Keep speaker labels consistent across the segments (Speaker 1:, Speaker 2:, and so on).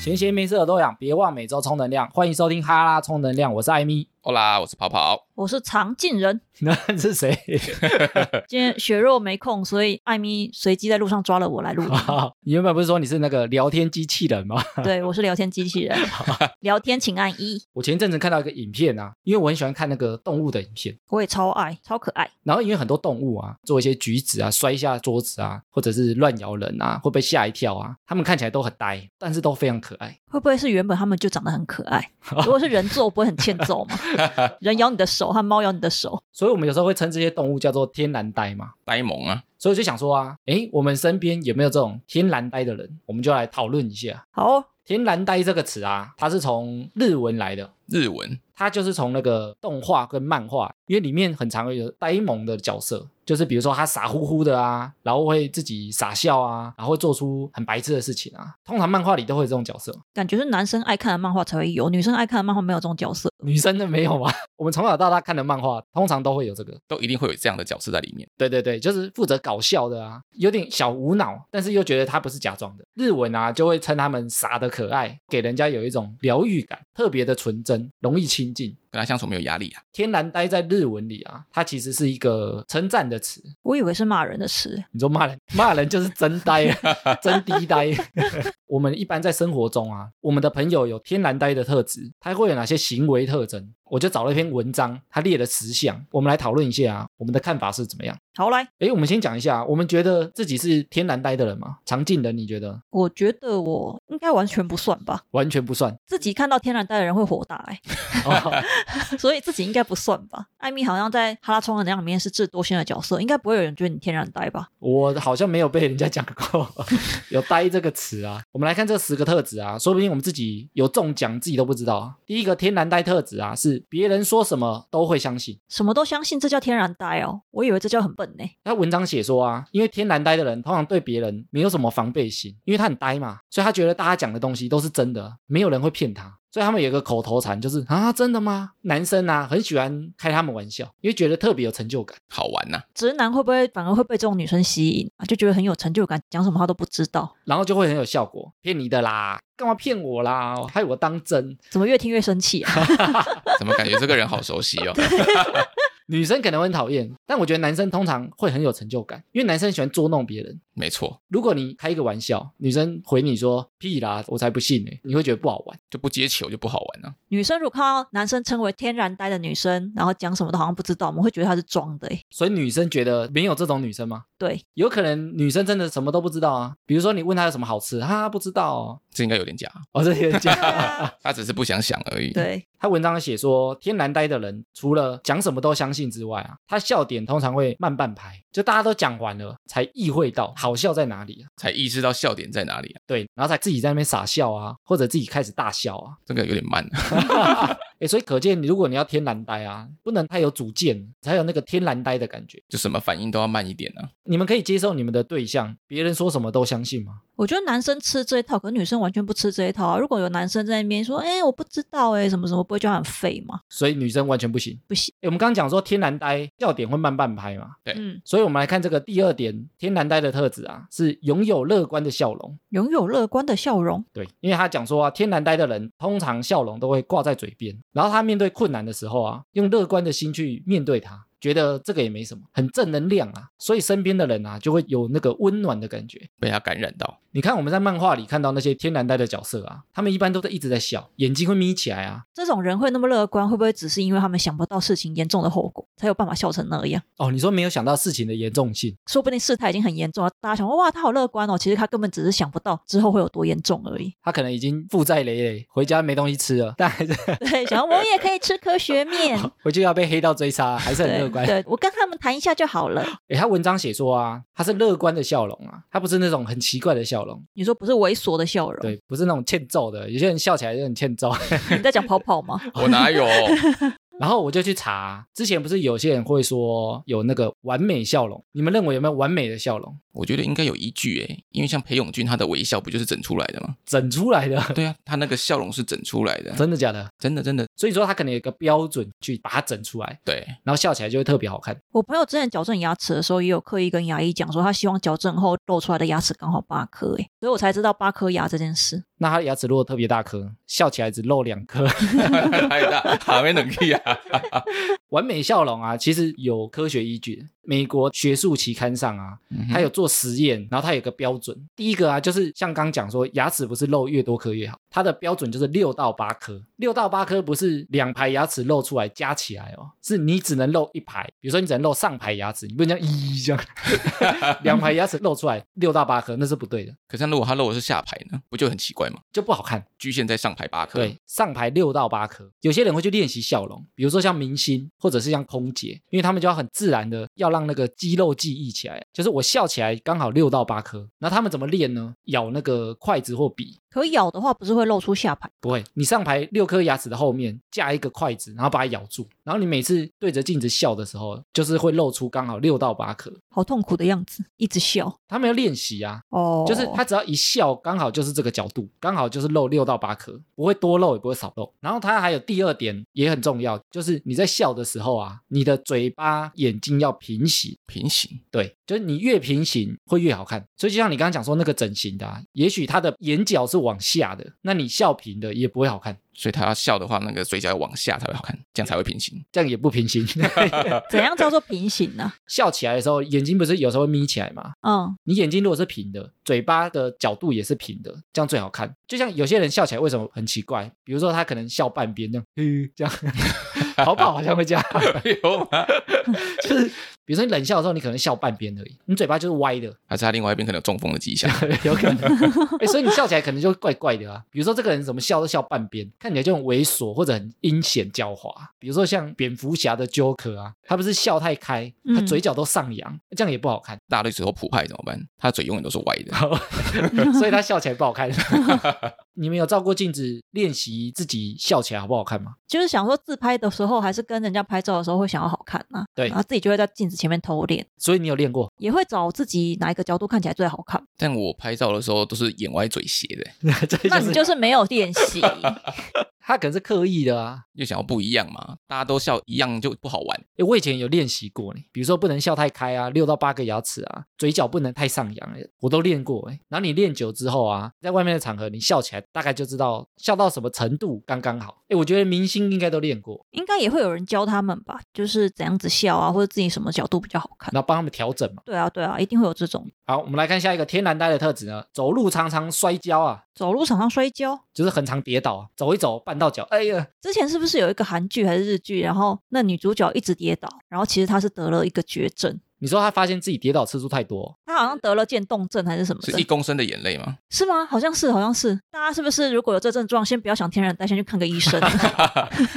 Speaker 1: 闲闲没事的都养，别忘每周充能量。欢迎收听哈拉充能量，我是艾米。
Speaker 2: 欧哦啦，我是跑跑。
Speaker 3: 我是常进人。
Speaker 1: 那是谁？
Speaker 3: 今天雪若没空，所以艾米随机在路上抓了我来录音。
Speaker 1: 你原本不是说你是那个聊天机器人吗？
Speaker 3: 对，我是聊天机器人，聊天请按一。
Speaker 1: 我前一阵子看到一个影片啊，因为我很喜欢看那个动物的影片，
Speaker 3: 我也超爱，超可爱。
Speaker 1: 然后因为很多动物啊，做一些举止啊，摔下桌子啊，或者是乱咬人啊，会被吓一跳啊，他们看起来都很呆，但是都非常可爱。
Speaker 3: 会不会是原本他们就长得很可爱？如果是人做，不会很欠揍吗？人咬你的手和猫咬你的手，
Speaker 1: 所以我们有时候会称这些动物叫做天然呆嘛。
Speaker 2: 呆萌啊，
Speaker 1: 所以我就想说啊，诶，我们身边有没有这种天然呆的人？我们就来讨论一下。
Speaker 3: 好哦、
Speaker 1: 天然呆这个词啊，它是从日文来的，
Speaker 2: 日文
Speaker 1: 它就是从那个动画跟漫画，因为里面很常有呆萌的角色，就是比如说他傻乎乎的啊，然后会自己傻笑啊，然后会做出很白痴的事情啊。通常漫画里都会有这种角色，
Speaker 3: 感觉是男生爱看的漫画才会有，女生爱看的漫画没有这种角色。
Speaker 1: 女生的没有吗？ 我们从小到大看的漫画，通常都会有这个。
Speaker 2: 都一定会有这样的角色在里面。
Speaker 1: 对对对，就是负责搞笑的啊，有点小无脑，但是又觉得他不是假装的。日文啊，就会称他们傻的可爱，给人家有一种疗愈感，特别的纯真，容易亲近。
Speaker 2: 跟他相处没有压力啊，
Speaker 1: 天然呆在日文里啊，它其实是一个称赞的词。
Speaker 3: 我以为是骂人的词，
Speaker 1: 你说骂人，骂人就是真呆，啊， 真低呆。我们一般在生活中啊，我们的朋友有天然呆的特质，他会有哪些行为特征？我就找了一篇文章，它列了十项，我们来讨论一下啊，我们的看法是怎么样？
Speaker 3: 好来，
Speaker 1: 诶，我们先讲一下，我们觉得自己是天然呆的人吗？常进人，你觉得
Speaker 3: 我觉得我应该完全不算吧。
Speaker 1: 完全不算？
Speaker 3: 自己看到天然呆的人会火大哎、
Speaker 1: 哦、
Speaker 3: 所以自己应该不算吧。艾米好像在《哈拉充能量》里面是智多星的角色，应该不会有人觉得你天然呆吧？
Speaker 1: 我好像没有被人家讲过 有“呆”这个词啊。我们来看这十个特质啊，说不定我们自己有中奖，自己都不知道啊。第一个天然呆特质啊，是别人说什么都会相信。
Speaker 3: 什么都相信，这叫天然呆哦。我以为这叫很笨呢、
Speaker 1: 他文章写说啊，因为天然呆的人通常对别人没有什么防备心，因为他很呆嘛，所以他觉得大家讲的东西都是真的，没有人会骗他。所以他们有一个口头禅，就是啊，真的吗？男生啊，很喜欢开他们玩笑，因为觉得特别有成就感。
Speaker 2: 好玩啊 呐、
Speaker 3: 直男会不会反而会被这种女生吸引啊？就觉得很有成就感，讲什么话都不知道，
Speaker 1: 然后就会很有效果，骗你的啦，干嘛骗我啦？害我当真。
Speaker 3: 怎么越听越生气啊？
Speaker 2: 怎么感觉这个人好熟悉哦？
Speaker 1: 女生可能会很讨厌，但我觉得男生通常会很有成就感，因为男生喜欢捉弄别人。
Speaker 2: 没错，
Speaker 1: 如果你开一个玩笑，女生回你说“屁啦，我才不信呢、你会觉得不好玩。
Speaker 2: 就不接球就不好玩了、啊
Speaker 3: 女生如果看到男生称为天然呆的女生，然后讲什么都好像不知道，我们会觉得她是装的、欸。
Speaker 1: 所以女生觉得没有这种女生吗？
Speaker 3: 对，
Speaker 1: 有可能女生真的什么都不知道啊。比如说你问她有什么好吃，哈不知道哦，
Speaker 2: 这应该有点假，啊
Speaker 1: 哦这些 假。
Speaker 2: 他只是不想想而已。，
Speaker 3: 对，
Speaker 1: 他文章写说，天然呆的人除了讲什么都相信之外啊，他笑点通常会慢半拍，就大家都讲完了才意会到好笑在哪里啊。
Speaker 2: 才意识到笑点在哪里啊，
Speaker 1: 对，然后才自己在那边傻笑啊，或者自己开始大笑啊。
Speaker 2: 这个有点慢。
Speaker 1: 哎，所以可见，如果你要天然呆啊，不能太有主见，才有那个天然呆的感觉。
Speaker 2: 就什么反应都要慢一点啊。
Speaker 1: 你们可以接受你们的对象，别人说什么都相信吗？
Speaker 3: 我觉得男生吃这一套，可是女生完全不吃这一套啊。如果有男生在那边说：“哎、我不知道、欸，哎，什么什么，不会觉得他很废吗
Speaker 1: 所以女生完全不行，
Speaker 3: 不行。
Speaker 1: 哎，我们刚刚讲说天然呆笑点会慢半拍嘛，
Speaker 2: 对
Speaker 3: 嗯，
Speaker 1: 所以我们来看这个第二点，天然呆的特质啊，是拥有乐观的笑容。
Speaker 3: 拥有乐观的笑容，
Speaker 1: 对，因为他讲说啊，天然呆的人通常笑容都会挂在嘴边，然后他面对困难的时候啊，用乐观的心去面对它，觉得这个也没什么，很正能量啊，所以身边的人啊就会有那个温暖的感觉。
Speaker 2: 被他感染到，
Speaker 1: 你看我们在漫画里看到那些天然呆的角色啊，他们一般都在一直在笑，眼睛会眯起来啊。
Speaker 3: 这种人会那么乐观，会不会只是因为他们想不到事情严重的后果，才有办法笑成那样？
Speaker 1: 哦，你说没有想到事情的严重性，
Speaker 3: 说不定事态已经很严重了，大家想哇，他好乐观哦，其实他根本只是想不到之后会有多严重而已。
Speaker 1: 他可能已经负债累累，回家没东西吃了，但还是
Speaker 3: 对，想要我也可以吃科学面，
Speaker 1: 回去要被黑道追杀，还是很乐
Speaker 3: 对
Speaker 1: 观。
Speaker 3: 对，我跟他们谈一下就好了。
Speaker 1: 诶，他文章写说啊，他是乐观的笑容啊，他不是那种很奇怪的笑容。
Speaker 3: 你说不是猥琐的笑容？
Speaker 1: 对，不是那种欠揍的，有些人笑起来就很欠揍。
Speaker 3: 你在讲跑跑吗？
Speaker 2: 我哪有？
Speaker 1: 然后我就去查，之前不是有些人会说有那个完美笑容，你们认为有没有完美的笑容？
Speaker 2: 我觉得应该有依据诶，因为像裴勇俊他的微笑不就是整出来的吗？
Speaker 1: 整出来的，
Speaker 2: 对啊，他那个笑容是整出来的，
Speaker 1: 真的假的？
Speaker 2: 真的真的
Speaker 1: 所以说他可能有一个标准去把它整出来，
Speaker 2: 对，
Speaker 1: 然后笑起来就会特别好看。
Speaker 3: 我朋友之前矫正牙齿的时候，也有刻意跟牙医讲说，他希望矫正后露出来的牙齿刚好八颗，哎，所以我才知道八颗牙这件事。
Speaker 1: 那他牙齿如果特别大颗，笑起来只露两颗，
Speaker 2: 太大，还没能力啊！
Speaker 1: 完美笑容啊，其实有科学依据的。美国学术期刊上啊，
Speaker 2: 嗯
Speaker 1: 它有做实验，然后它有个标准。第一个啊，就是像刚讲说，牙齿不是露越多颗越好，它的标准就是六到八颗。六到八颗不是两排牙齿露出来加起来哦，是你只能露一排。比如说你只能露上排牙齿，你不能这样咦这样，两排牙齿露出来六到八颗那是不对的，
Speaker 2: 可是如果他露的是下排呢，不就很奇怪吗？
Speaker 1: 就不好看。
Speaker 2: 局限在上排八颗，
Speaker 1: 对，上排六到八颗。有些人会去练习笑容，比如说像明星或者是像空姐，因为他们就要很自然的要让那个肌肉记忆起来，就是我笑起来刚好六到八颗。那他们怎么练呢？咬那个筷子或笔。
Speaker 3: 可咬的话不是会露出下排？
Speaker 1: 不会，你上排六颗牙齿的后面架一个筷子，然后把它咬住，然后你每次对着镜子笑的时候，就是会露出刚好六到八颗。
Speaker 3: 好痛苦的样子，一直笑
Speaker 1: 他们要练习啊，
Speaker 3: 哦。
Speaker 1: 就是他只要一笑，刚好就是这个角度，刚好就是露六到八颗，不会多露也不会少露。然后他还有第二点也很重要，就是你在笑的时候啊，你的嘴巴、眼睛要平行。
Speaker 2: 平行
Speaker 1: 对，就是你越平行会越好看。所以就像你刚刚讲说那个整形的、啊，也许他的眼角是往下的，那你笑平的也不会好看，
Speaker 2: 所以他要笑的话，那个嘴角要往下才会好看，这样才会平行。
Speaker 1: 这样也不平行。
Speaker 3: 怎样叫做平行呢、
Speaker 1: 笑起来的时候，眼睛不是有时候会眯起来吗？
Speaker 3: 嗯，
Speaker 1: 你眼睛如果是平的，嘴巴的角度也是平的，这样最好看。就像有些人笑起来为什么很奇怪？比如说他可能笑半边这样，嘿，这样，淘宝好像会这样，
Speaker 2: 有吗？
Speaker 1: 就是比如说你冷笑的时候，你可能笑半边而已，你嘴巴就是歪的，
Speaker 2: 还是他另外一边可能有中风的迹象？
Speaker 1: 有可能、 欸所以你笑起来可能就怪怪的啊。比如说这个人怎么笑都笑半边，看起来就很猥琐或者很阴险狡猾。比如说像蝙蝠侠的 Joker 啊，他不是笑太开，他
Speaker 3: 嗯
Speaker 1: 嘴角都上扬，这样也不好看。
Speaker 2: 大力水后普派怎么办？他嘴永远都是歪的。
Speaker 1: 所以他笑起来不好看。 你们有照过镜子练习自己笑起来好不好看吗？
Speaker 3: 就是想说自拍的时候，还是跟人家拍照的时候会想要好看啊。
Speaker 1: 对
Speaker 3: 然后自己就会在镜子前面偷练，
Speaker 1: 所以你有练过，
Speaker 3: 也会找自己哪一个角度看起来最好看。
Speaker 2: 但我拍照的时候都是眼歪嘴斜的，
Speaker 1: 这
Speaker 3: 那
Speaker 1: 就
Speaker 3: 你
Speaker 1: 是
Speaker 3: 就是没有练习，
Speaker 1: 他可能是刻意的啊。
Speaker 2: 又想要不一样嘛，大家都笑一样就不好玩。
Speaker 1: 诶我以前有练习过呢，比如说不能笑太开啊，六到八个牙齿啊，嘴角不能太上扬，诶我都练过哎。然后你练久之后啊，在外面的场合你笑起来，大概就知道笑到什么程度刚刚好。哎，我觉得明星应该都练过，
Speaker 3: 应该也会有人教他们吧？就是怎样子笑啊，或者自己什么角度比较好看。
Speaker 1: 然后帮他们调整嘛。
Speaker 3: 对啊，对啊，一定会有这种
Speaker 1: 好，我们来看下一个天然呆的特质呢，走路常常摔跤啊，
Speaker 3: 走路场上摔跤。
Speaker 1: 就是很常跌倒啊，走一走绊到脚，哎呀，
Speaker 3: 之前是不是有一个韩剧还是日剧？然后那女主角一直跌倒，然后其实她是得了一个绝症，
Speaker 1: 你说他发现自己跌倒次数太多，
Speaker 3: 她好像得了渐冻症还是什么
Speaker 2: 是
Speaker 3: 症
Speaker 2: 一？公升的眼泪吗？
Speaker 3: 是吗？好像是，好像是。大家是不是如果有这症状，先不要想天然呆，先去看个医 生。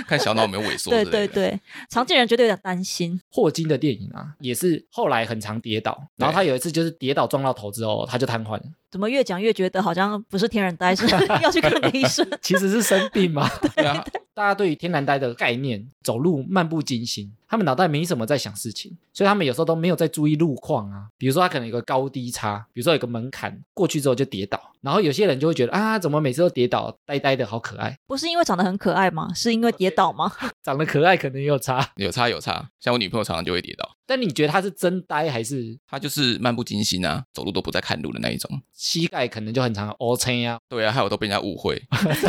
Speaker 2: 看小脑有没有萎缩之类的？
Speaker 3: 对对对，常见人绝对有点担心。
Speaker 1: 霍金的电影啊，也是后来很常跌倒，然后他有一次就是跌倒撞到头之后，他就瘫痪了，
Speaker 3: 怎么越讲越觉得好像不是天然呆，是 要去看个医生。
Speaker 1: 其实是生病嘛。
Speaker 2: 对啊，
Speaker 1: 大家对于天然呆的概念，走路漫不经心，他们脑袋没什么在想事情，所以他们有时候都没有在注意路况啊。比如说他可能有个高低差，比如说有个门槛，过去之后就跌倒，然后有些人就会觉得啊，怎么每次都跌倒，呆呆的好可爱，
Speaker 3: 不是因为长得很可爱吗？是因为跌倒吗？
Speaker 1: 长得可爱可能也有差。
Speaker 2: 有差有差。像我女朋友常常就会跌倒，
Speaker 1: 但你觉得他是真呆还是
Speaker 2: 她就是漫不经心啊，走路都不再看路的那一种。
Speaker 1: 膝盖可能就很常 O 撑啊，
Speaker 2: 对啊，害我都被人家误会。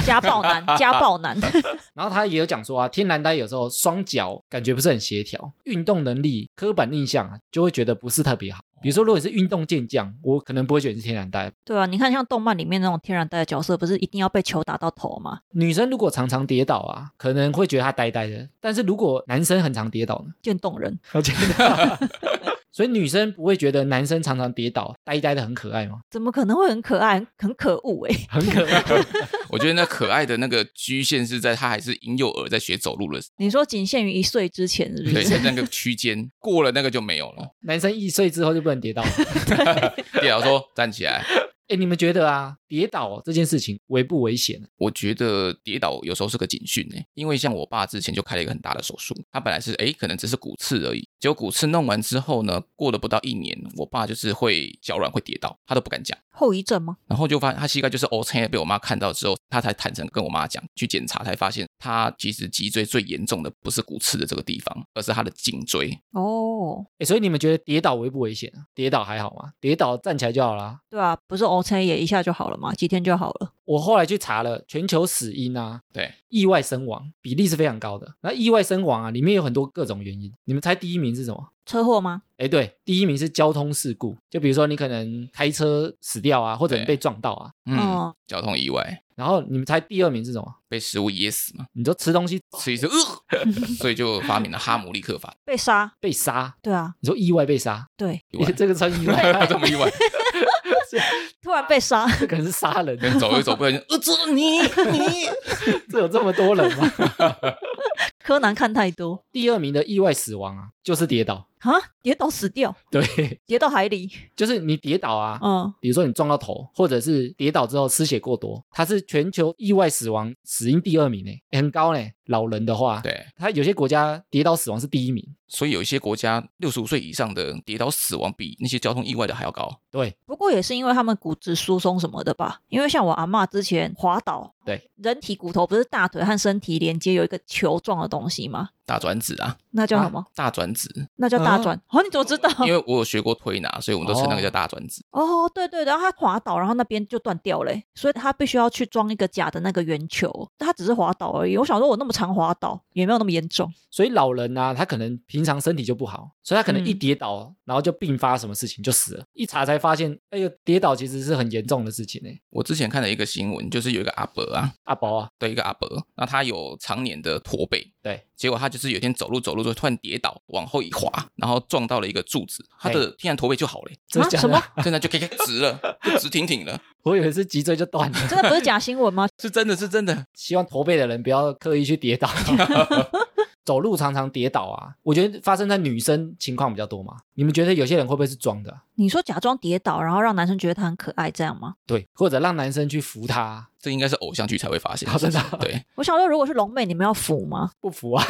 Speaker 3: 家暴男，家暴男。
Speaker 1: 然后他也有讲说啊，天然呆有时候双脚感觉不是很协调，运动能力刻板印象啊，就会觉得不是特别好。比如说，如果你是运动健将，我可能不会觉得你是天然呆。
Speaker 3: 对啊，你看像动漫里面那种天然呆的角色，不是一定要被球打到头吗？
Speaker 1: 女生如果常常跌倒啊，可能会觉得她呆呆的。但是如果男生很常跌倒呢？
Speaker 3: 渐冻人。
Speaker 1: 我觉得 所以女生不会觉得男生常常跌倒呆呆的很可爱 吗？
Speaker 3: 怎么可能会很可爱，很可恶哎、
Speaker 1: 很可爱。
Speaker 2: 我觉得那可爱的那个局限是在她还是婴幼儿在学走路的，
Speaker 3: 你说仅限于一岁之前是不
Speaker 2: 对，在
Speaker 3: 是？
Speaker 2: 那个区间过了那个就没有了。
Speaker 1: 男生一岁之后就不能跌倒了。
Speaker 2: 跌倒说站起来，
Speaker 1: 哎，你们觉得啊，跌倒这件事情危不危险？
Speaker 2: 我觉得跌倒有时候是个警讯呢、欸因为像我爸之前就开了一个很大的手术，他本来是诶可能只是骨刺而已，结果骨刺弄完之后呢，过了不到一年，我爸就是会脚软会跌倒，他都不敢讲，
Speaker 3: 后遗症吗？
Speaker 2: 然后就发现他膝盖就是 O 撑，被我妈看到之后，他才坦诚跟我妈讲，去检查才发现他其实脊椎最严重的不是骨刺的这个地方，而是他的颈椎。
Speaker 3: 哦，
Speaker 1: 哎，所以你们觉得跌倒危不危险啊？跌倒还好吗？跌倒站起来就好啦。
Speaker 3: 对啊，不是 O C 也一下就好了嘛，几天就好了。
Speaker 1: 我后来去查了，全球死因啊，
Speaker 2: 对，
Speaker 1: 意外身亡比例是非常高的。那意外身亡啊，里面有很多各种原因。你们猜第一名是什么？
Speaker 3: 车祸吗？
Speaker 1: 哎，对，第一名是交通事故，就比如说你可能开车死掉啊，或者你
Speaker 2: 对
Speaker 1: 被撞到啊。
Speaker 2: 嗯，
Speaker 3: 哦，
Speaker 2: 交通意外
Speaker 1: 然后你们猜第二名是什么？
Speaker 2: 被食物噎死嘛，
Speaker 1: 你就吃东西
Speaker 2: 吃一次，呃所以就发明了哈姆立克 法，
Speaker 3: 被杀。
Speaker 1: 被杀，
Speaker 3: 对啊，
Speaker 1: 你说意外被杀，
Speaker 3: 对，
Speaker 2: 意外
Speaker 1: 这个哎算意外吗
Speaker 2: 这么意外，
Speaker 3: 突然被杀，
Speaker 1: 这可能是杀人，
Speaker 2: 跟走一走不小心，呃，这你你，
Speaker 1: 这有这么多人吗？
Speaker 3: 柯南看太多
Speaker 1: 第二名的意外死亡啊，就是跌倒，
Speaker 3: 啊，跌倒死掉，
Speaker 1: 对，
Speaker 3: 跌到海里。
Speaker 1: 就是你跌倒啊，
Speaker 3: 嗯，
Speaker 1: 比如说你撞到头，或者是跌倒之后失血过多，它是全球意外死亡死因第二名呢、欸很高呢、老人的话，
Speaker 2: 对，
Speaker 1: 他有些国家跌倒死亡是第一名，
Speaker 2: 所以有一些国家六十五岁以上的跌倒死亡比那些交通意外的还要高，
Speaker 1: 对，
Speaker 3: 不过也是因为他们骨质疏松什么的吧，因为像我阿嬷之前滑倒，
Speaker 1: 对，
Speaker 3: 人体骨头不是大腿和身体连接有一个球状的东西吗？
Speaker 2: 大转子啊，
Speaker 3: 那叫
Speaker 1: 啊
Speaker 3: 什么？
Speaker 2: 大转子，
Speaker 3: 那叫大
Speaker 1: 嗯
Speaker 3: 转。哦，你怎么知道？
Speaker 2: 因为我有学过推拿，所以我们都称那个叫
Speaker 1: 哦
Speaker 2: 大转子。
Speaker 3: 哦，对对，然后他滑倒，然后那边就断掉嘞，所以他必须要去装一个假的那个圆球。他只是滑倒而已。我想说，我那么常滑倒，也没有那么严重。
Speaker 1: 所以老人啊，他可能平常身体就不好，所以他可能
Speaker 3: 嗯
Speaker 1: 一跌倒，然后就并发什么事情就死了，一查才发现，哎呦，跌倒其实是很严重的事情呢、
Speaker 2: 我之前看了一个新闻，就是有一个阿伯啊，
Speaker 1: 阿宝啊，
Speaker 2: 对一个阿伯，那他有常年的驼背，
Speaker 1: 对，
Speaker 2: 结果他就是有一天走路走路就突然跌倒，往后一滑，然后撞到了一个柱子，他的天然驼背就好了，
Speaker 1: 这
Speaker 3: 啊
Speaker 1: 是假
Speaker 3: 什
Speaker 1: 的
Speaker 3: 么
Speaker 1: 啊，
Speaker 2: 真的就 K K 直了，就直挺挺了，
Speaker 1: 我以为是脊椎就断了。
Speaker 3: 真的不是假新闻吗？
Speaker 2: 是真的是真的，
Speaker 1: 希望驼背的人不要刻意去跌倒。走路常常跌倒啊，我觉得发生在女生情况比较多嘛。你们觉得有些人会不会是装的啊？
Speaker 3: 你说假装跌倒，然后让男生觉得他很可爱，这样吗？
Speaker 1: 对，或者让男生去扶她，
Speaker 2: 这应该是偶像剧才会发现
Speaker 1: 啊，真的啊
Speaker 2: 对，
Speaker 3: 我想说，如果是龙妹，你们要扶
Speaker 1: ？
Speaker 3: 吗
Speaker 1: 不扶啊。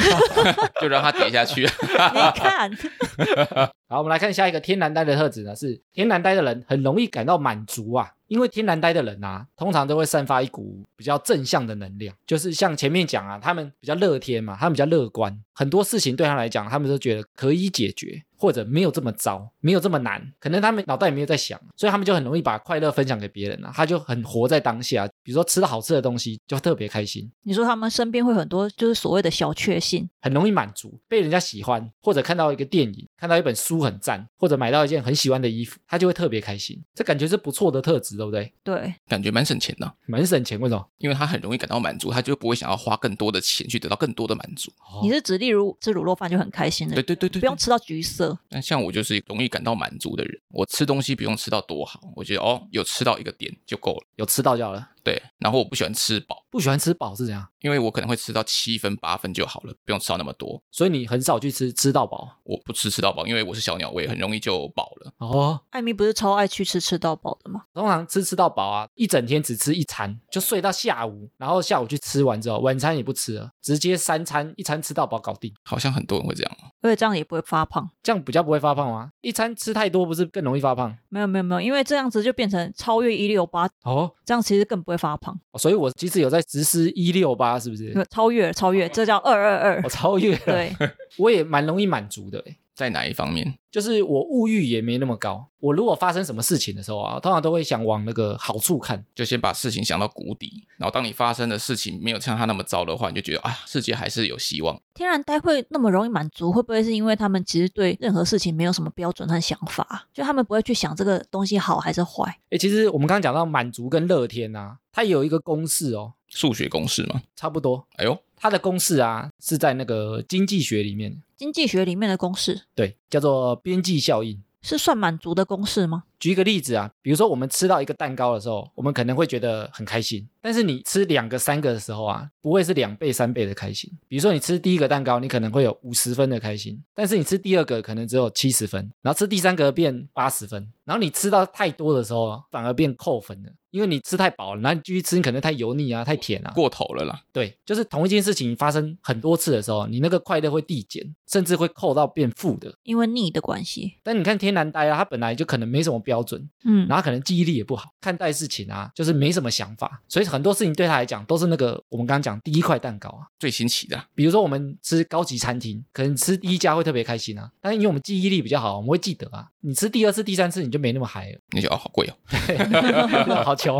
Speaker 2: 就让他跌下去，
Speaker 3: 你看，
Speaker 1: 好，我们来看下一个天然呆的特质呢，是天然呆的人很容易感到满足啊，因为天然呆的人啊，通常都会散发一股比较正向的能量，就是像前面讲啊，他们比较乐天嘛，他们比较乐观，很多事情对他来讲，他们都觉得可以解决，或者没有这么糟，没有这么难，可能他们脑袋也没有在想，所以他们就很容易把快乐分享给别人啊，他就很活在当下，比如说吃到好吃的东西就特别开心。
Speaker 3: 你说他们身边会很多就是所谓的小确幸，
Speaker 1: 很容易满足，被人家喜欢，或者看到一个电影，看到一本书很赞，或者买到一件很喜欢的衣服，他就会特别开心。这感觉是不错的特质，对不对？
Speaker 3: 对，
Speaker 2: 感觉蛮省钱的。
Speaker 1: 蛮省钱，为什么？
Speaker 2: 因为他很容易感到满足，他就不会想要花更多的钱去得到更多的满足。
Speaker 1: 哦
Speaker 3: 你是指例如吃卤肉饭就很开心了，
Speaker 2: 对对对对，
Speaker 3: 不用吃到橘色，
Speaker 2: 但像我就是容易感到满足的人，我吃东西不用吃到多好，我觉得哦，有吃到一个点就够了。
Speaker 1: 有吃到就好了，
Speaker 2: 对，然后我不喜欢吃饱，
Speaker 1: 不喜欢吃饱是怎样？
Speaker 2: 因为我可能会吃到七分八分就好了，不用吃到那么多。
Speaker 1: 所以你很少去吃吃到饱
Speaker 2: 我不吃吃到饱，因为我是小鸟胃，很容易就饱了。
Speaker 1: 哦。
Speaker 3: 艾米不是超爱去吃吃到饱的吗？
Speaker 1: 通常吃吃到饱啊，一整天只吃一餐，就睡到下午，然后下午去吃完之后，晚餐也不吃了，直接三餐一餐吃到饱搞定，
Speaker 2: 好像很多人会这样哦，
Speaker 3: 而且这样也不会发胖。
Speaker 1: 这样比较不会发胖吗？一餐吃太多不是更容易发胖
Speaker 3: 没有没有没有，因为这样子就变成超越一六八，
Speaker 1: 哦？
Speaker 3: 这样其实更不会发胖。
Speaker 1: 所以我其实有在实施一六八，是不是？
Speaker 3: 没有超越了超越，这叫二二
Speaker 1: 我
Speaker 3: 二。
Speaker 1: 超越了。
Speaker 3: 对，
Speaker 1: 我也蛮容易满足的欸，
Speaker 2: 在哪一方面？
Speaker 1: 就是我物欲也没那么高。我如果发生什么事情的时候啊，通常都会想往那个好处看。
Speaker 2: 就先把事情想到谷底，然后当你发生的事情没有像他那么糟的话，你就觉得啊，世界还是有希望。
Speaker 3: 天然呆会那么容易满足，会不会是因为他们其实对任何事情没有什么标准和想法？就他们不会去想这个东西好还是坏。
Speaker 1: 诶，欸其实我们刚刚讲到满足跟乐天啊，它有一个公式哦，
Speaker 2: 数学公式嘛，
Speaker 1: 差不多。
Speaker 2: 哎呦，
Speaker 1: 它的公式啊是在那个经济学里面，
Speaker 3: 经济学里面的公式
Speaker 1: 对，叫做边际效应。
Speaker 3: 是算满足的公式吗？
Speaker 1: 举一个例子啊，比如说我们吃到一个蛋糕的时候，我们可能会觉得很开心，但是你吃两个、三个的时候啊，不会是两倍、三倍的开心。比如说你吃第一个蛋糕，你可能会有五十分的开心，但是你吃第二个可能只有七十分，然后吃第三个变八十分，然后你吃到太多的时候啊，反而变扣分了。因为你吃太饱了，然后你继续吃，你可能太油腻啊，太甜啊。
Speaker 2: 过头了啦。
Speaker 1: 对，就是同一件事情发生很多次的时候，你那个快乐会递减，甚至会扣到变负的。
Speaker 3: 因为腻的关系。
Speaker 1: 但你看天然呆啊，他本来就可能没什么标准，
Speaker 3: 嗯
Speaker 1: 然后可能记忆力也不好，看待事情啊，就是没什么想法，所以很多事情对他来讲都是那个我们刚刚讲第一块蛋糕啊。
Speaker 2: 最新奇的啊、
Speaker 1: 比如说我们吃高级餐厅，可能吃第一家会特别开心啊，但是因为我们记忆力比较好，我们会记得啊。你吃第二
Speaker 2: 哦
Speaker 1: 次、第三次你就没那么嗨了，
Speaker 2: 你就哦，好贵哦，
Speaker 1: 好穷。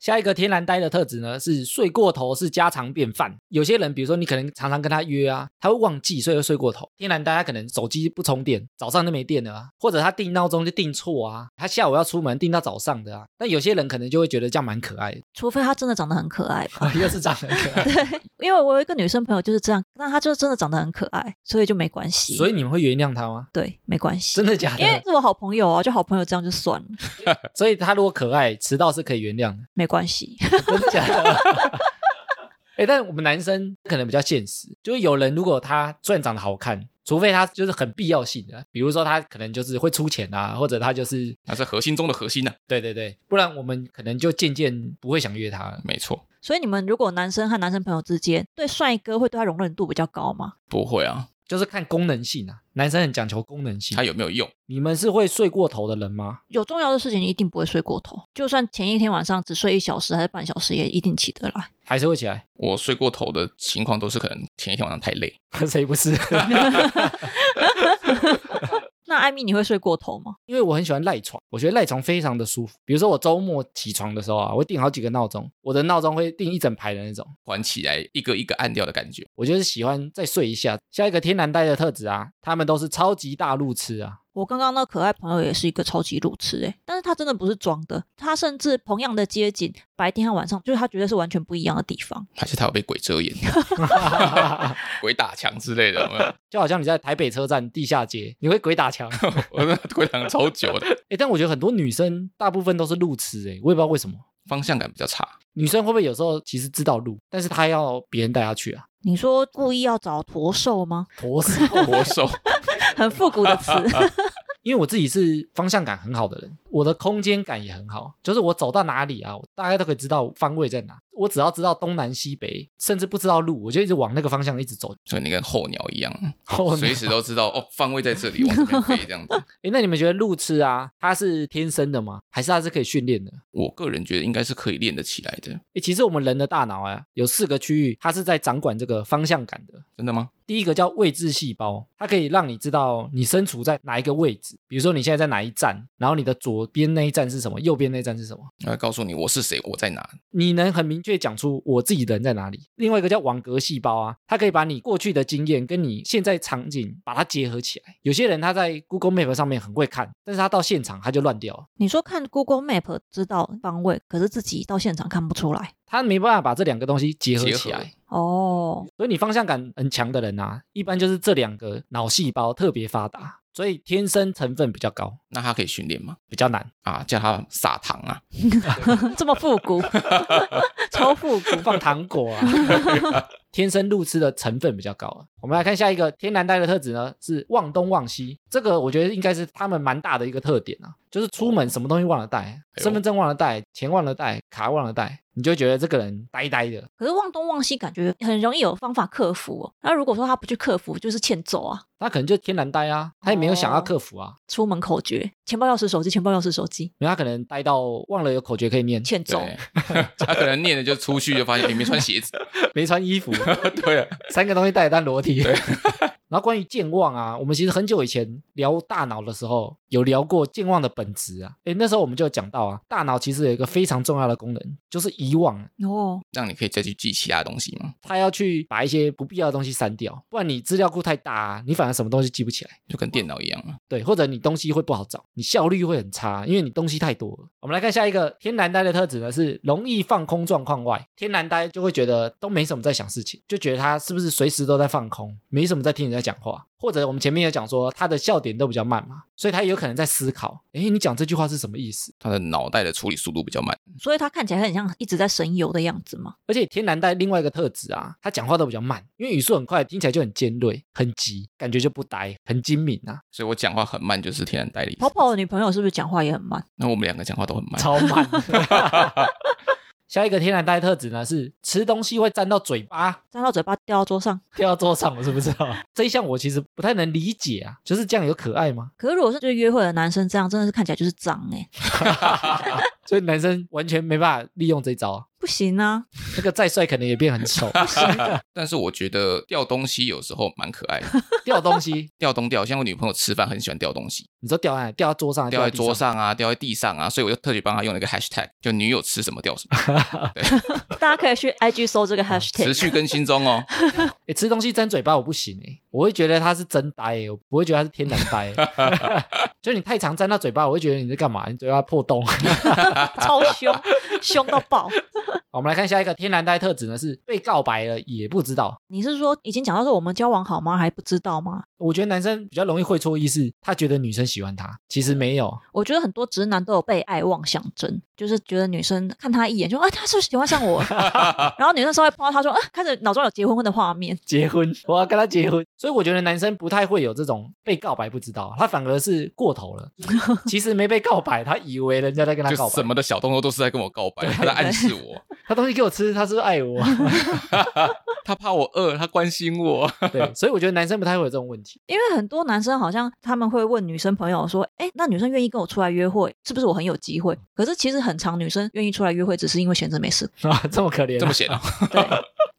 Speaker 1: 下一个天然呆的特质呢，是睡过头是家常便饭。有些人，比如说你可能常常跟他约啊，他会忘记，所以会睡过头。天然呆他可能手机不充电，早上就没电了啊，或者他定闹钟就定错啊，他下午要出门定到早上的啊。但有些人可能就会觉得这样蛮可爱的，
Speaker 3: 除非他真的长得很可爱吧。
Speaker 1: 又是长得很可爱。
Speaker 3: 对，因为我有一个女生朋友就是这样，那她就真的长得很可爱，所以就没关系。
Speaker 1: 所
Speaker 3: 以
Speaker 1: 以你们会原谅他吗？
Speaker 3: 对，没关系
Speaker 1: 真。的假
Speaker 3: 因为
Speaker 1: 的？
Speaker 3: 是我好朋友啊，就好朋友这样就算了，
Speaker 1: 所以他如果可爱，迟到是可以原谅的。
Speaker 3: 没关系。
Speaker 1: 真的假的？哎、但我们男生可能比较现实，就是有人如果他虽然长得好看，除非他就是很必要性的，比如说他可能就是会出钱啊，或者他就是
Speaker 2: 他是核心中的核心呐、
Speaker 1: 对对对，不然我们可能就渐渐不会想约他了。
Speaker 2: 没错，
Speaker 3: 所以你们如果男生和男生朋友之间对帅哥会对他容忍度比较高吗？
Speaker 2: 不会啊，
Speaker 1: 就是看功能性啊，男生很讲求功能性
Speaker 2: 他。有没有用？
Speaker 1: 你们是会睡过头的人吗？
Speaker 3: 有重要的事情你一定不会睡过头，就算前一天晚上只睡一小时还是半小时，也一定起得来。
Speaker 1: 还是会起来？
Speaker 2: 我睡过头的情况都是可能前一天晚上太累，
Speaker 1: 谁不是？
Speaker 3: 那艾米，你会睡过头吗？
Speaker 1: 因为我很喜欢赖床，我觉得赖床非常的舒服。比如说我周末起床的时候啊，我会定好几个闹钟，我的闹钟会定一整排的那种。
Speaker 2: 缓起来一个一个按掉的感觉。
Speaker 1: 我就是喜欢再睡一下。下一个天然呆的特质啊，他们都是超级大路痴啊，
Speaker 3: 我刚刚那可爱朋友也是一个超级路痴诶，但是他真的不是装的，他甚至同样的街景，白天和晚上，就是他觉得是完全不一样的地方。
Speaker 2: 还是他有被鬼遮眼、鬼打墙之类的？ 有没有
Speaker 1: 就好像你在台北车站地下街，你会鬼打 墙。哎、
Speaker 2: 我那鬼打墙超久的，
Speaker 1: 但我觉得很多女生大部分都是路痴哎、我也不知道为什么。
Speaker 2: 方向感比较差。
Speaker 1: 女生会不会有时候其实知道路，但是她要别人带她 去啊？
Speaker 3: 你说故意要找驼兽吗？
Speaker 1: 驼手，
Speaker 2: 国手
Speaker 3: 很复古的词。
Speaker 1: 因为我自己是方向感很好的人，我的空间感也很好，就是我走到哪里啊，我大概都可以知道方位在哪。我只要知道东南西北，甚至不知道路，我就一直往那个方向一直走。
Speaker 2: 所以你跟候鸟一样，
Speaker 1: 后面
Speaker 2: 随时都知道哦，方位在这里，往这边飞这样子。
Speaker 1: 诶，那你们觉得路痴啊，它是天生的吗？还是它是可以训练的？
Speaker 2: 我个人觉得应该是可以练得起来的，
Speaker 1: 诶，其实我们人的大脑啊，有四个区域，它是在掌管这个方向感的。
Speaker 2: 真的吗？
Speaker 1: 第一个叫位置细胞，它可以让你知道你身处在哪一个位置，比如说你现在在哪一站，然后你的左边那一站是什么，右边那一站是什么，
Speaker 2: 来告诉你我是谁，我在哪，
Speaker 1: 你能很明确讲出我自己人在哪里。另外一个叫网格细胞啊，它可以把你过去的经验跟你现在场景把它结合起来。有些人他在 Google Map 上面很会看，但是他到现场他就乱掉了。
Speaker 3: 你说看 Google Map 知道方位，可是自己到现场看不出来。
Speaker 1: 他没办法把这两个东西结合
Speaker 2: 结
Speaker 1: 起
Speaker 2: 合
Speaker 1: 来，
Speaker 3: 哦，
Speaker 1: 所以你方向感很强的人啊，一般就是这两个脑细胞特别发达，所以天生成分比较高，
Speaker 2: 那他可以训练吗？
Speaker 1: 比较难。
Speaker 2: 啊，叫他撒糖啊，
Speaker 3: 这么复古， 超复古。
Speaker 1: 放糖果啊， 天生路痴的成分比较高啊。我们来看下一个天然呆的特质呢，是忘东忘西。这个我觉得应该是他们蛮大的一个特点啊，就是出门什么东西忘了带，
Speaker 2: 哎呦
Speaker 1: 身份证忘了带，钱忘了带，卡忘了带，你就会觉得这个人呆呆的。
Speaker 3: 可是忘东忘西，感觉很容易有方法克服、哦。那如果说他不去克服，就是欠揍啊！
Speaker 1: 他可能就天然呆啊，他也没有想要克服啊，
Speaker 3: 出门口诀：钱包、钥匙、手机；钱包、钥匙、手机，
Speaker 1: 因为他可能呆到忘了有口诀可以念，
Speaker 3: 欠揍。
Speaker 2: 对， 他可能念了就出去就发现你没穿鞋子，
Speaker 1: 没穿衣服。
Speaker 2: 对啊，
Speaker 1: 三个东西带单裸体。 然后关于健忘啊，我们其实很久以前聊大脑的时候，有聊过健忘的本质啊。诶，那时候我们就有讲到啊，大脑其实有一个非常重要的功能，就是遗忘，
Speaker 3: 哦，
Speaker 2: 让你可以再去记其他东西嘛，
Speaker 1: 它要去把一些不必要的东西删掉，不然你资料库太大、啊，你反而什么东西记不起来。
Speaker 2: 就跟电脑一样啊。
Speaker 1: 对，或者你东西会不好找，你效率会很差，因为你东西太多了。我们来看下一个天然呆的特质呢，是容易放空状况外。天然呆就会觉得都没什么在想事情，就觉得他是不是随时都在放空，没什么在听人家讲话。或者我们前面有讲说他的笑点都比较慢嘛，所以他有可能在思考，诶，你讲这句话是什么意思？
Speaker 2: 他的脑袋的处理速度比较慢，
Speaker 3: 所以他看起来很像一直在神游的样子嘛。
Speaker 1: 而且天然呆另外一个特质啊，他讲话都比较慢，因为语速很快，听起来就很尖锐、很急，感觉就不呆，很精明啊，
Speaker 2: 所以我讲话很慢，就是天然呆的意思
Speaker 3: 跑。跑的女朋友是不是讲话也很慢？
Speaker 2: 那我们两个讲话都很慢，
Speaker 1: 超慢。 下一个天然呆特质呢是吃东西会沾到嘴巴，
Speaker 3: 张到嘴巴掉到桌上。
Speaker 1: 掉到桌上，我是 不知道。这一项我其实不太能理解啊，就是这样有可爱 吗？
Speaker 3: 可是如果是就是约会的男生这样，真的是看起来就是脏哎、
Speaker 1: 所以男生完全没办法利用这一招啊。
Speaker 3: 不行啊，
Speaker 1: 那个再帅可能也变很 丑，
Speaker 2: 但是我觉得掉东西有时候蛮可爱的，
Speaker 1: 掉东西，
Speaker 2: 掉东掉。像我女朋友吃饭很喜欢掉东西，
Speaker 1: 你说掉在哪里掉在桌上，
Speaker 2: 掉在
Speaker 1: 地
Speaker 2: 桌，上啊，掉在地上啊，所以我就特别帮她用了一个 hashtag，就女友吃什么掉什么，
Speaker 3: 大家可以去 IG 搜这个 hashtag
Speaker 2: 持。续更新中哦。
Speaker 1: 哎，吃东西沾嘴巴我不行哎，我会觉得他是真呆欸，我不会觉得他是天然呆欸， 就你太常沾到嘴巴，我会觉得你在干嘛，你嘴巴破洞。
Speaker 3: 超凶，凶到爆。
Speaker 1: 好我们来看下一个天然呆特质呢，是被告白了也不知道。
Speaker 3: 你是说已经讲到说我们交往好吗？还不知道吗？
Speaker 1: 我觉得男生比较容易会错意是，他觉得女生喜欢他，其实没有。
Speaker 3: 我觉得很多直男都有被爱妄想症，就是觉得女生看他一眼就啊，他是不是喜欢上我？然后女生稍微碰到他说啊，开始脑中有结婚婚的画面。
Speaker 1: 结婚， 我要跟他结婚，所以我觉得男生不太会有这种被告白不知道，他反而是过头 了。其实没被告白，他以为人家在跟 他告
Speaker 2: 就
Speaker 1: 白
Speaker 2: 什，么的小动作都是在跟我告白，他在暗示我，
Speaker 1: 他东西给我吃，他是不是爱 我？
Speaker 2: 他怕我饿，他关心我。
Speaker 1: 对，所以我觉得男生不太会有这种问题。
Speaker 3: 因为很多男生好像他们会问女生朋友说，哎，那女生愿意跟我出来约会，是不是我很有机会？可是其实很长女生愿意出来约会，只是因为闲着没事。
Speaker 1: 啊，这么可怜、
Speaker 2: 这么闲啊？
Speaker 3: 对。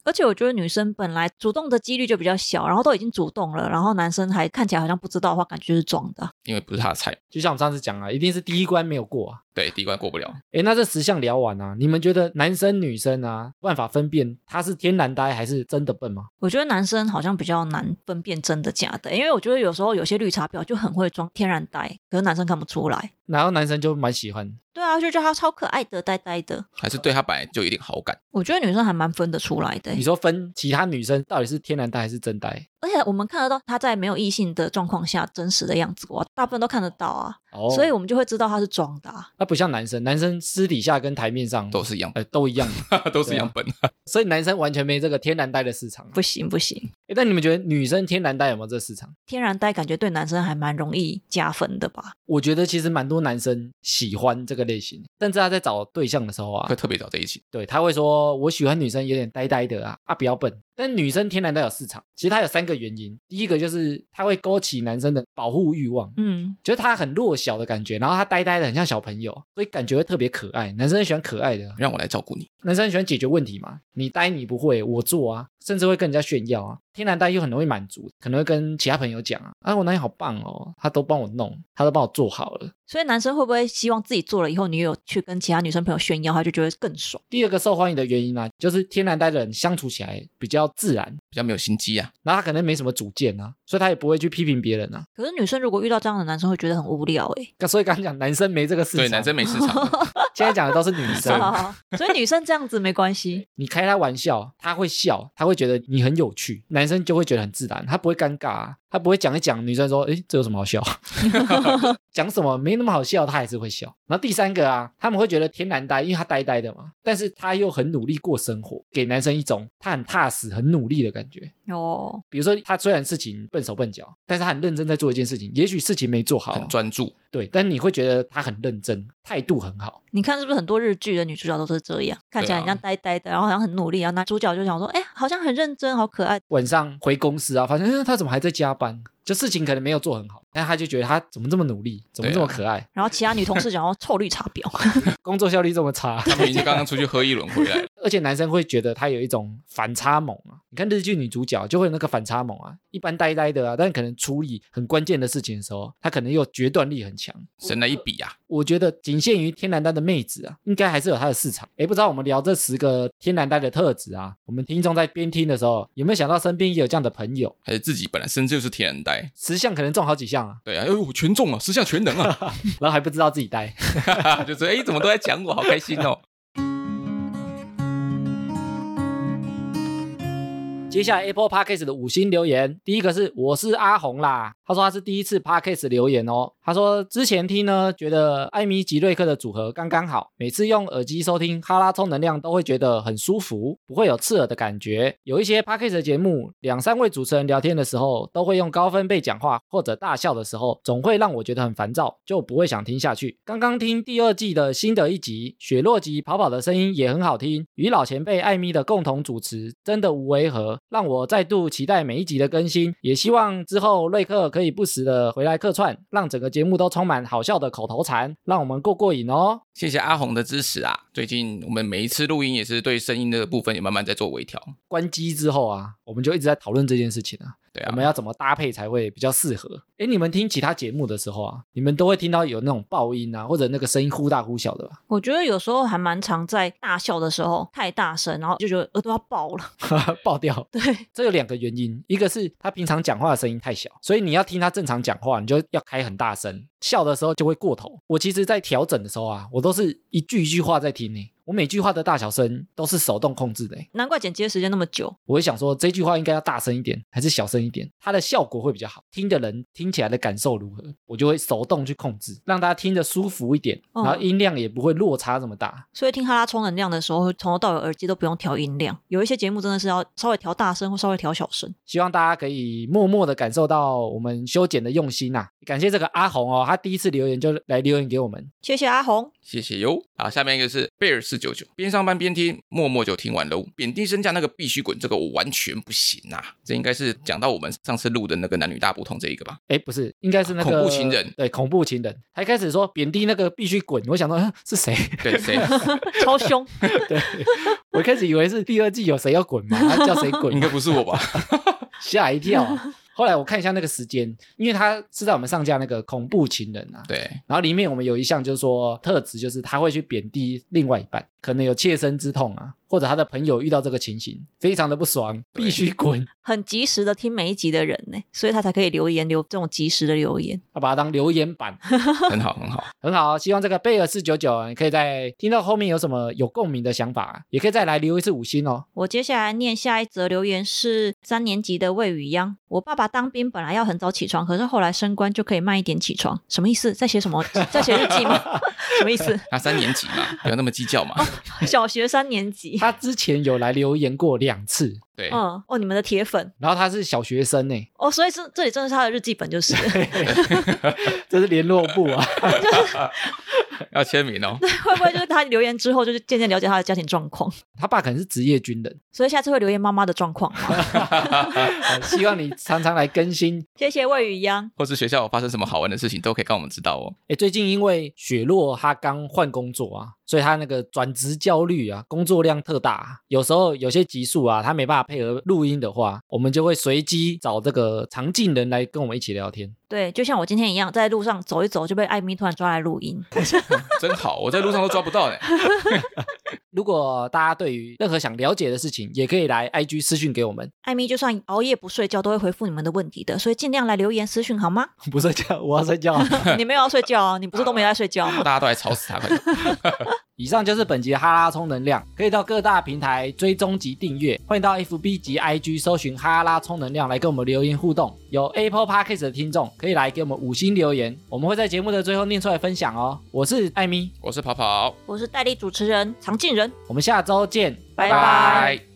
Speaker 3: 而且我觉得女生本来主动的几率就比较小，然后都已经主动了，然后男生还看起来好像不知道的话，感觉就是装的。
Speaker 2: 因为不是他的菜，
Speaker 1: 就像我们上次讲啊，一定是第一关没有过啊。
Speaker 2: 对，第一关过不了。
Speaker 1: 诶，那这十项聊完啊，你们觉得男生女生啊，办法分辨他是天然呆还是真的笨吗？
Speaker 3: 我觉得男生好像比较难分辨真的假的，因为我觉得有时候有些绿茶婊就很会装天然呆，可是男生看不出来。
Speaker 1: 然后男生就蛮喜欢。
Speaker 3: 对啊，就觉得他超可爱的，呆呆的。
Speaker 2: 还是对他本来就有一点好感，
Speaker 3: 我觉得女生还蛮分得出来的欸
Speaker 1: 你，说分其他女生到底是天然呆还是真呆？
Speaker 3: 而且我们看得到他在没有异性的状况下真实的样子，哇，大部分都看得到啊，
Speaker 1: 哦
Speaker 3: 所以我们就会知道他是装的、啊。
Speaker 1: 那不像男生，男生私底下跟台面上
Speaker 2: 都是一样，
Speaker 1: 呃都一样，
Speaker 2: 都是 一样笨。
Speaker 1: 所以男生完全没这个天然呆的市场。
Speaker 3: 不行不行，
Speaker 1: 诶但你们觉得女生天然呆有没有这市场？
Speaker 3: 天然呆感觉对男生还蛮容易加分的吧？
Speaker 1: 我觉得其实蛮多男生喜欢这个类型，甚至他在找对象的时候啊
Speaker 2: 会，特别找在一起，
Speaker 1: 对他会说我喜欢女生有点呆呆的啊啊不要笨。但女生天然呆有市场，其实它有三个原因。第一个就是它会勾起男生的保护欲望，
Speaker 3: 嗯，
Speaker 1: 觉得他很弱小的感觉，然后他呆呆的，很像小朋友，所以感觉会特别可爱。男生喜欢可爱的，
Speaker 2: 让我来照顾你。
Speaker 1: 男生喜欢解决问题嘛，你呆你不会，我做啊，甚至会跟人家炫耀啊。天然呆又很容易满足，可能会跟其他朋友讲啊，啊我男友好棒哦，他都帮我弄，他都帮我做好了。
Speaker 3: 所以男生会不会希望自己做了以后，女友去跟其他女生朋友炫耀，他就觉得更爽？
Speaker 1: 第二个受欢迎的原因呢、啊，就是天然呆的人相处起来比较自然，
Speaker 2: 比较没有心机啊，
Speaker 1: 然后他可能没什么主见啊，所以他也不会去批评别人啊。
Speaker 3: 可是女生如果遇到这样的男生，会觉得很无聊哎、
Speaker 1: 所以刚刚讲男生没这个市场，
Speaker 2: 对，男 生没市 场，
Speaker 1: 现在讲的都是女生，
Speaker 3: 好好哦好所以女生这样子没关系。
Speaker 1: 你开他玩笑，他会笑，他会觉得你很有趣，男生就会觉得很自然，他不会尴尬、啊，他不会讲一讲，女生说，诶，这有什么好笑？ 讲什么没那么好笑，他还是会笑。然后第三个啊，他们会觉得天然呆，因为他呆呆的嘛，但是他又很努力过生活，给男生一种他很踏实、很努力的感觉。
Speaker 3: 哦，
Speaker 1: 比如说，他虽然事情笨手笨脚，但是他很认真在做一件事情，也许事情没做好
Speaker 2: 很，专注。
Speaker 1: 对，但你会觉得他很认真，态度很好。
Speaker 3: 你看是不是很多日剧的女主角都是这样，看起来
Speaker 2: 对啊
Speaker 3: 很像呆呆的，然后好像很努力，然后男主角就想说，哎、好像很认真，好可爱。
Speaker 1: 晚上回公司啊，发现、嗯、他怎么还在加班？就事情可能没有做很好，但他就觉得他怎么这么努力，怎么这么可爱，
Speaker 3: 然后其他女同事想要臭绿茶婊，
Speaker 1: 工作效率这么差，
Speaker 2: 他们已经刚刚出去喝一轮回来了，
Speaker 1: 而且男生会觉得他有一种反差萌啊。你看日剧女主角就会有那个反差萌啊，一般呆呆的啊，但可能处理很关键的事情的时候，他可能又决断力很强。
Speaker 2: 神来一笔啊！
Speaker 1: 我觉得仅限于天然呆的妹子啊，应该还是有它的市场。诶，不知道我们聊这十个天然呆的特质啊，我们听众在边听的时候，有没有想到身边也有这样的朋友？
Speaker 2: 还是自己本来身就是天然呆，
Speaker 1: 十项可能中好几项啊，
Speaker 2: 对啊，哎呦，我全中啊，十项全能啊，
Speaker 1: 然后还不知道自己呆。
Speaker 2: 就是哎，怎么都在讲我，好开心哦。
Speaker 1: 接下来 Apple Podcast 的五星留言，第一个是我是阿红啦，他说他是第一次 Podcast 留言哦，他说之前听呢，觉得艾米吉瑞克的组合刚刚好，每次用耳机收听哈拉充能量都会觉得很舒服，不会有刺耳的感觉。有一些 Podcast 的节目，两三位主持人聊天的时候，都会用高分贝讲话或者大笑的时候，总会让我觉得很烦躁，就不会想听下去。刚刚听第二季的新的一集，雪落集跑跑的声音也很好听，与老前辈艾米的共同主持真的无违和，让我再度期待每一集的更新。也希望之后瑞克可以不时的回来客串，让整个节节目都充满好笑的口头禅，让我们过过瘾哦。
Speaker 2: 谢谢阿红的支持啊！最近我们每一次录音也是对声音的部分也慢慢在做微调。
Speaker 1: 关机之后啊，我们就一直在讨论这件事情啊，
Speaker 2: 对啊，
Speaker 1: 我们要怎么搭配才会比较适合？哎，你们听其他节目的时候啊，你们都会听到有那种爆音啊，或者那个声音忽大忽小的吧？
Speaker 3: 我觉得有时候还蛮常在大笑的时候太大声，然后就觉得耳朵要爆了。
Speaker 1: 爆掉。
Speaker 3: 对，
Speaker 1: 这有两个原因，一个是他平常讲话的声音太小，所以你要听他正常讲话，你就要开很大声，笑的时候就会过头。我其实，在调整的时候啊，我都是一句一句话在听呢、欸我每句话的大小声都是手动控制的、欸，
Speaker 3: 难怪剪接时间那么久。
Speaker 1: 我会想说这句话应该要大声一点，还是小声一点，它的效果会比较好，听的人听起来的感受如何，我就会手动去控制，让大家听着舒服一点，
Speaker 3: 哦
Speaker 1: 然后音量也不会落差这么大。
Speaker 3: 所以听哈拉充能量的时候，从头到尾耳机都不用调音量。有一些节目真的是要稍微调大声或稍微调小声。
Speaker 1: 希望大家可以默默的感受到我们修剪的用心呐、啊感谢这个阿红哦，他第一次留言就来留言给我们，
Speaker 3: 谢谢阿红，
Speaker 2: 谢谢哟。啊，下面一个是贝尔四九九，边上班边听，默默就听完喽。贬低身价那个必须滚，这个我完全不行啊！这应该是讲到我们上次录的那个男女大不同这一个吧？
Speaker 1: 哎，不是，应该是那个
Speaker 2: 恐怖情人
Speaker 1: 对，恐怖情人，他一开始说贬低那个必须滚，我想到啊是谁，
Speaker 2: 对，谁？
Speaker 3: 超凶。
Speaker 1: 对我一开始以为是第二季有谁要滚嘛，他叫谁滚
Speaker 2: 应
Speaker 1: 嘛
Speaker 2: 该，不是我吧？
Speaker 1: 吓一跳、啊。后来我看一下那个时间，因为他是在我们上架那个恐怖情人啊，
Speaker 2: 对，
Speaker 1: 然后里面我们有一项就是说特质，就是他会去贬低另外一半，可能有切身之痛啊，或者他的朋友遇到这个情形，非常的不爽，
Speaker 2: 对
Speaker 1: 必须滚，
Speaker 3: 很及时的听每一集的人呢，所以他才可以留言留这种及时的留言。
Speaker 1: 他把它当留言板，
Speaker 2: 很好，很好。
Speaker 1: 很好。啊希望这个贝尔四九九，啊你可以在听到后面有什么有共鸣的想法啊，也可以再来留一次五星哦。
Speaker 3: 我接下来念下一则留言是三年级的魏宇央。我爸爸当兵本来要很早起床，可是后来升官就可以慢一点起床，什么意思？在写什么？在写日记吗？ 什么意思？哦
Speaker 2: 他三年级嘛，不要那么计较嘛。
Speaker 3: 小学三年级。
Speaker 1: 他之前有来留言过两次，
Speaker 2: 对，
Speaker 3: 嗯，哦，你们的铁粉
Speaker 1: 然后他是小学生呢，
Speaker 3: 哦，所以这这里真的是他的日记本，就是
Speaker 1: 这是联络部啊。
Speaker 2: 要签名哦。
Speaker 3: 会不会就是他留言之后，就是渐渐了解他的家庭状况，
Speaker 1: 他爸可能是职业军人，
Speaker 3: 所以下次会留言妈妈的状况吗？
Speaker 1: 呃希望你常常来更新。
Speaker 3: 谢谢魏宇央，
Speaker 2: 或是学校有发生什么好玩的事情，都可以让我们知道哦。
Speaker 1: 哎，最近因为雪落他刚换工作啊，所以他那个转职焦虑啊，工作量特大啊、有时候有些集数啊，他没办法配合录音的话，我们就会随机找这个常进人来跟我们一起聊天。
Speaker 3: 对，就像我今天一样，在路上走一走就被艾米突然抓来录音。
Speaker 2: 真好，我在路上都抓不到呢。
Speaker 1: 如果大家对于任何想了解的事情，也可以来 IG 私讯给我们。
Speaker 3: 艾米就算熬夜不睡觉，都会回复你们的问题的，所以尽量来留言私讯好吗？
Speaker 1: 不睡觉，我要睡觉。
Speaker 3: 你没有要睡觉啊？你不是都没在睡觉吗
Speaker 2: 大？家都来吵死他，快点！
Speaker 1: 以上就是本集的哈拉充能量，可以到各大平台追踪及订阅，欢迎到 FB 及 IG 搜寻哈拉充能量来跟我们留言互动。有 Apple Podcast 的听众可以来给我们五星留言，我们会在节目的最后念出来分享哦。我是艾米，
Speaker 2: 我是跑跑，
Speaker 3: 我是代理主持人常进人，
Speaker 1: 我们下周见，
Speaker 3: 拜拜。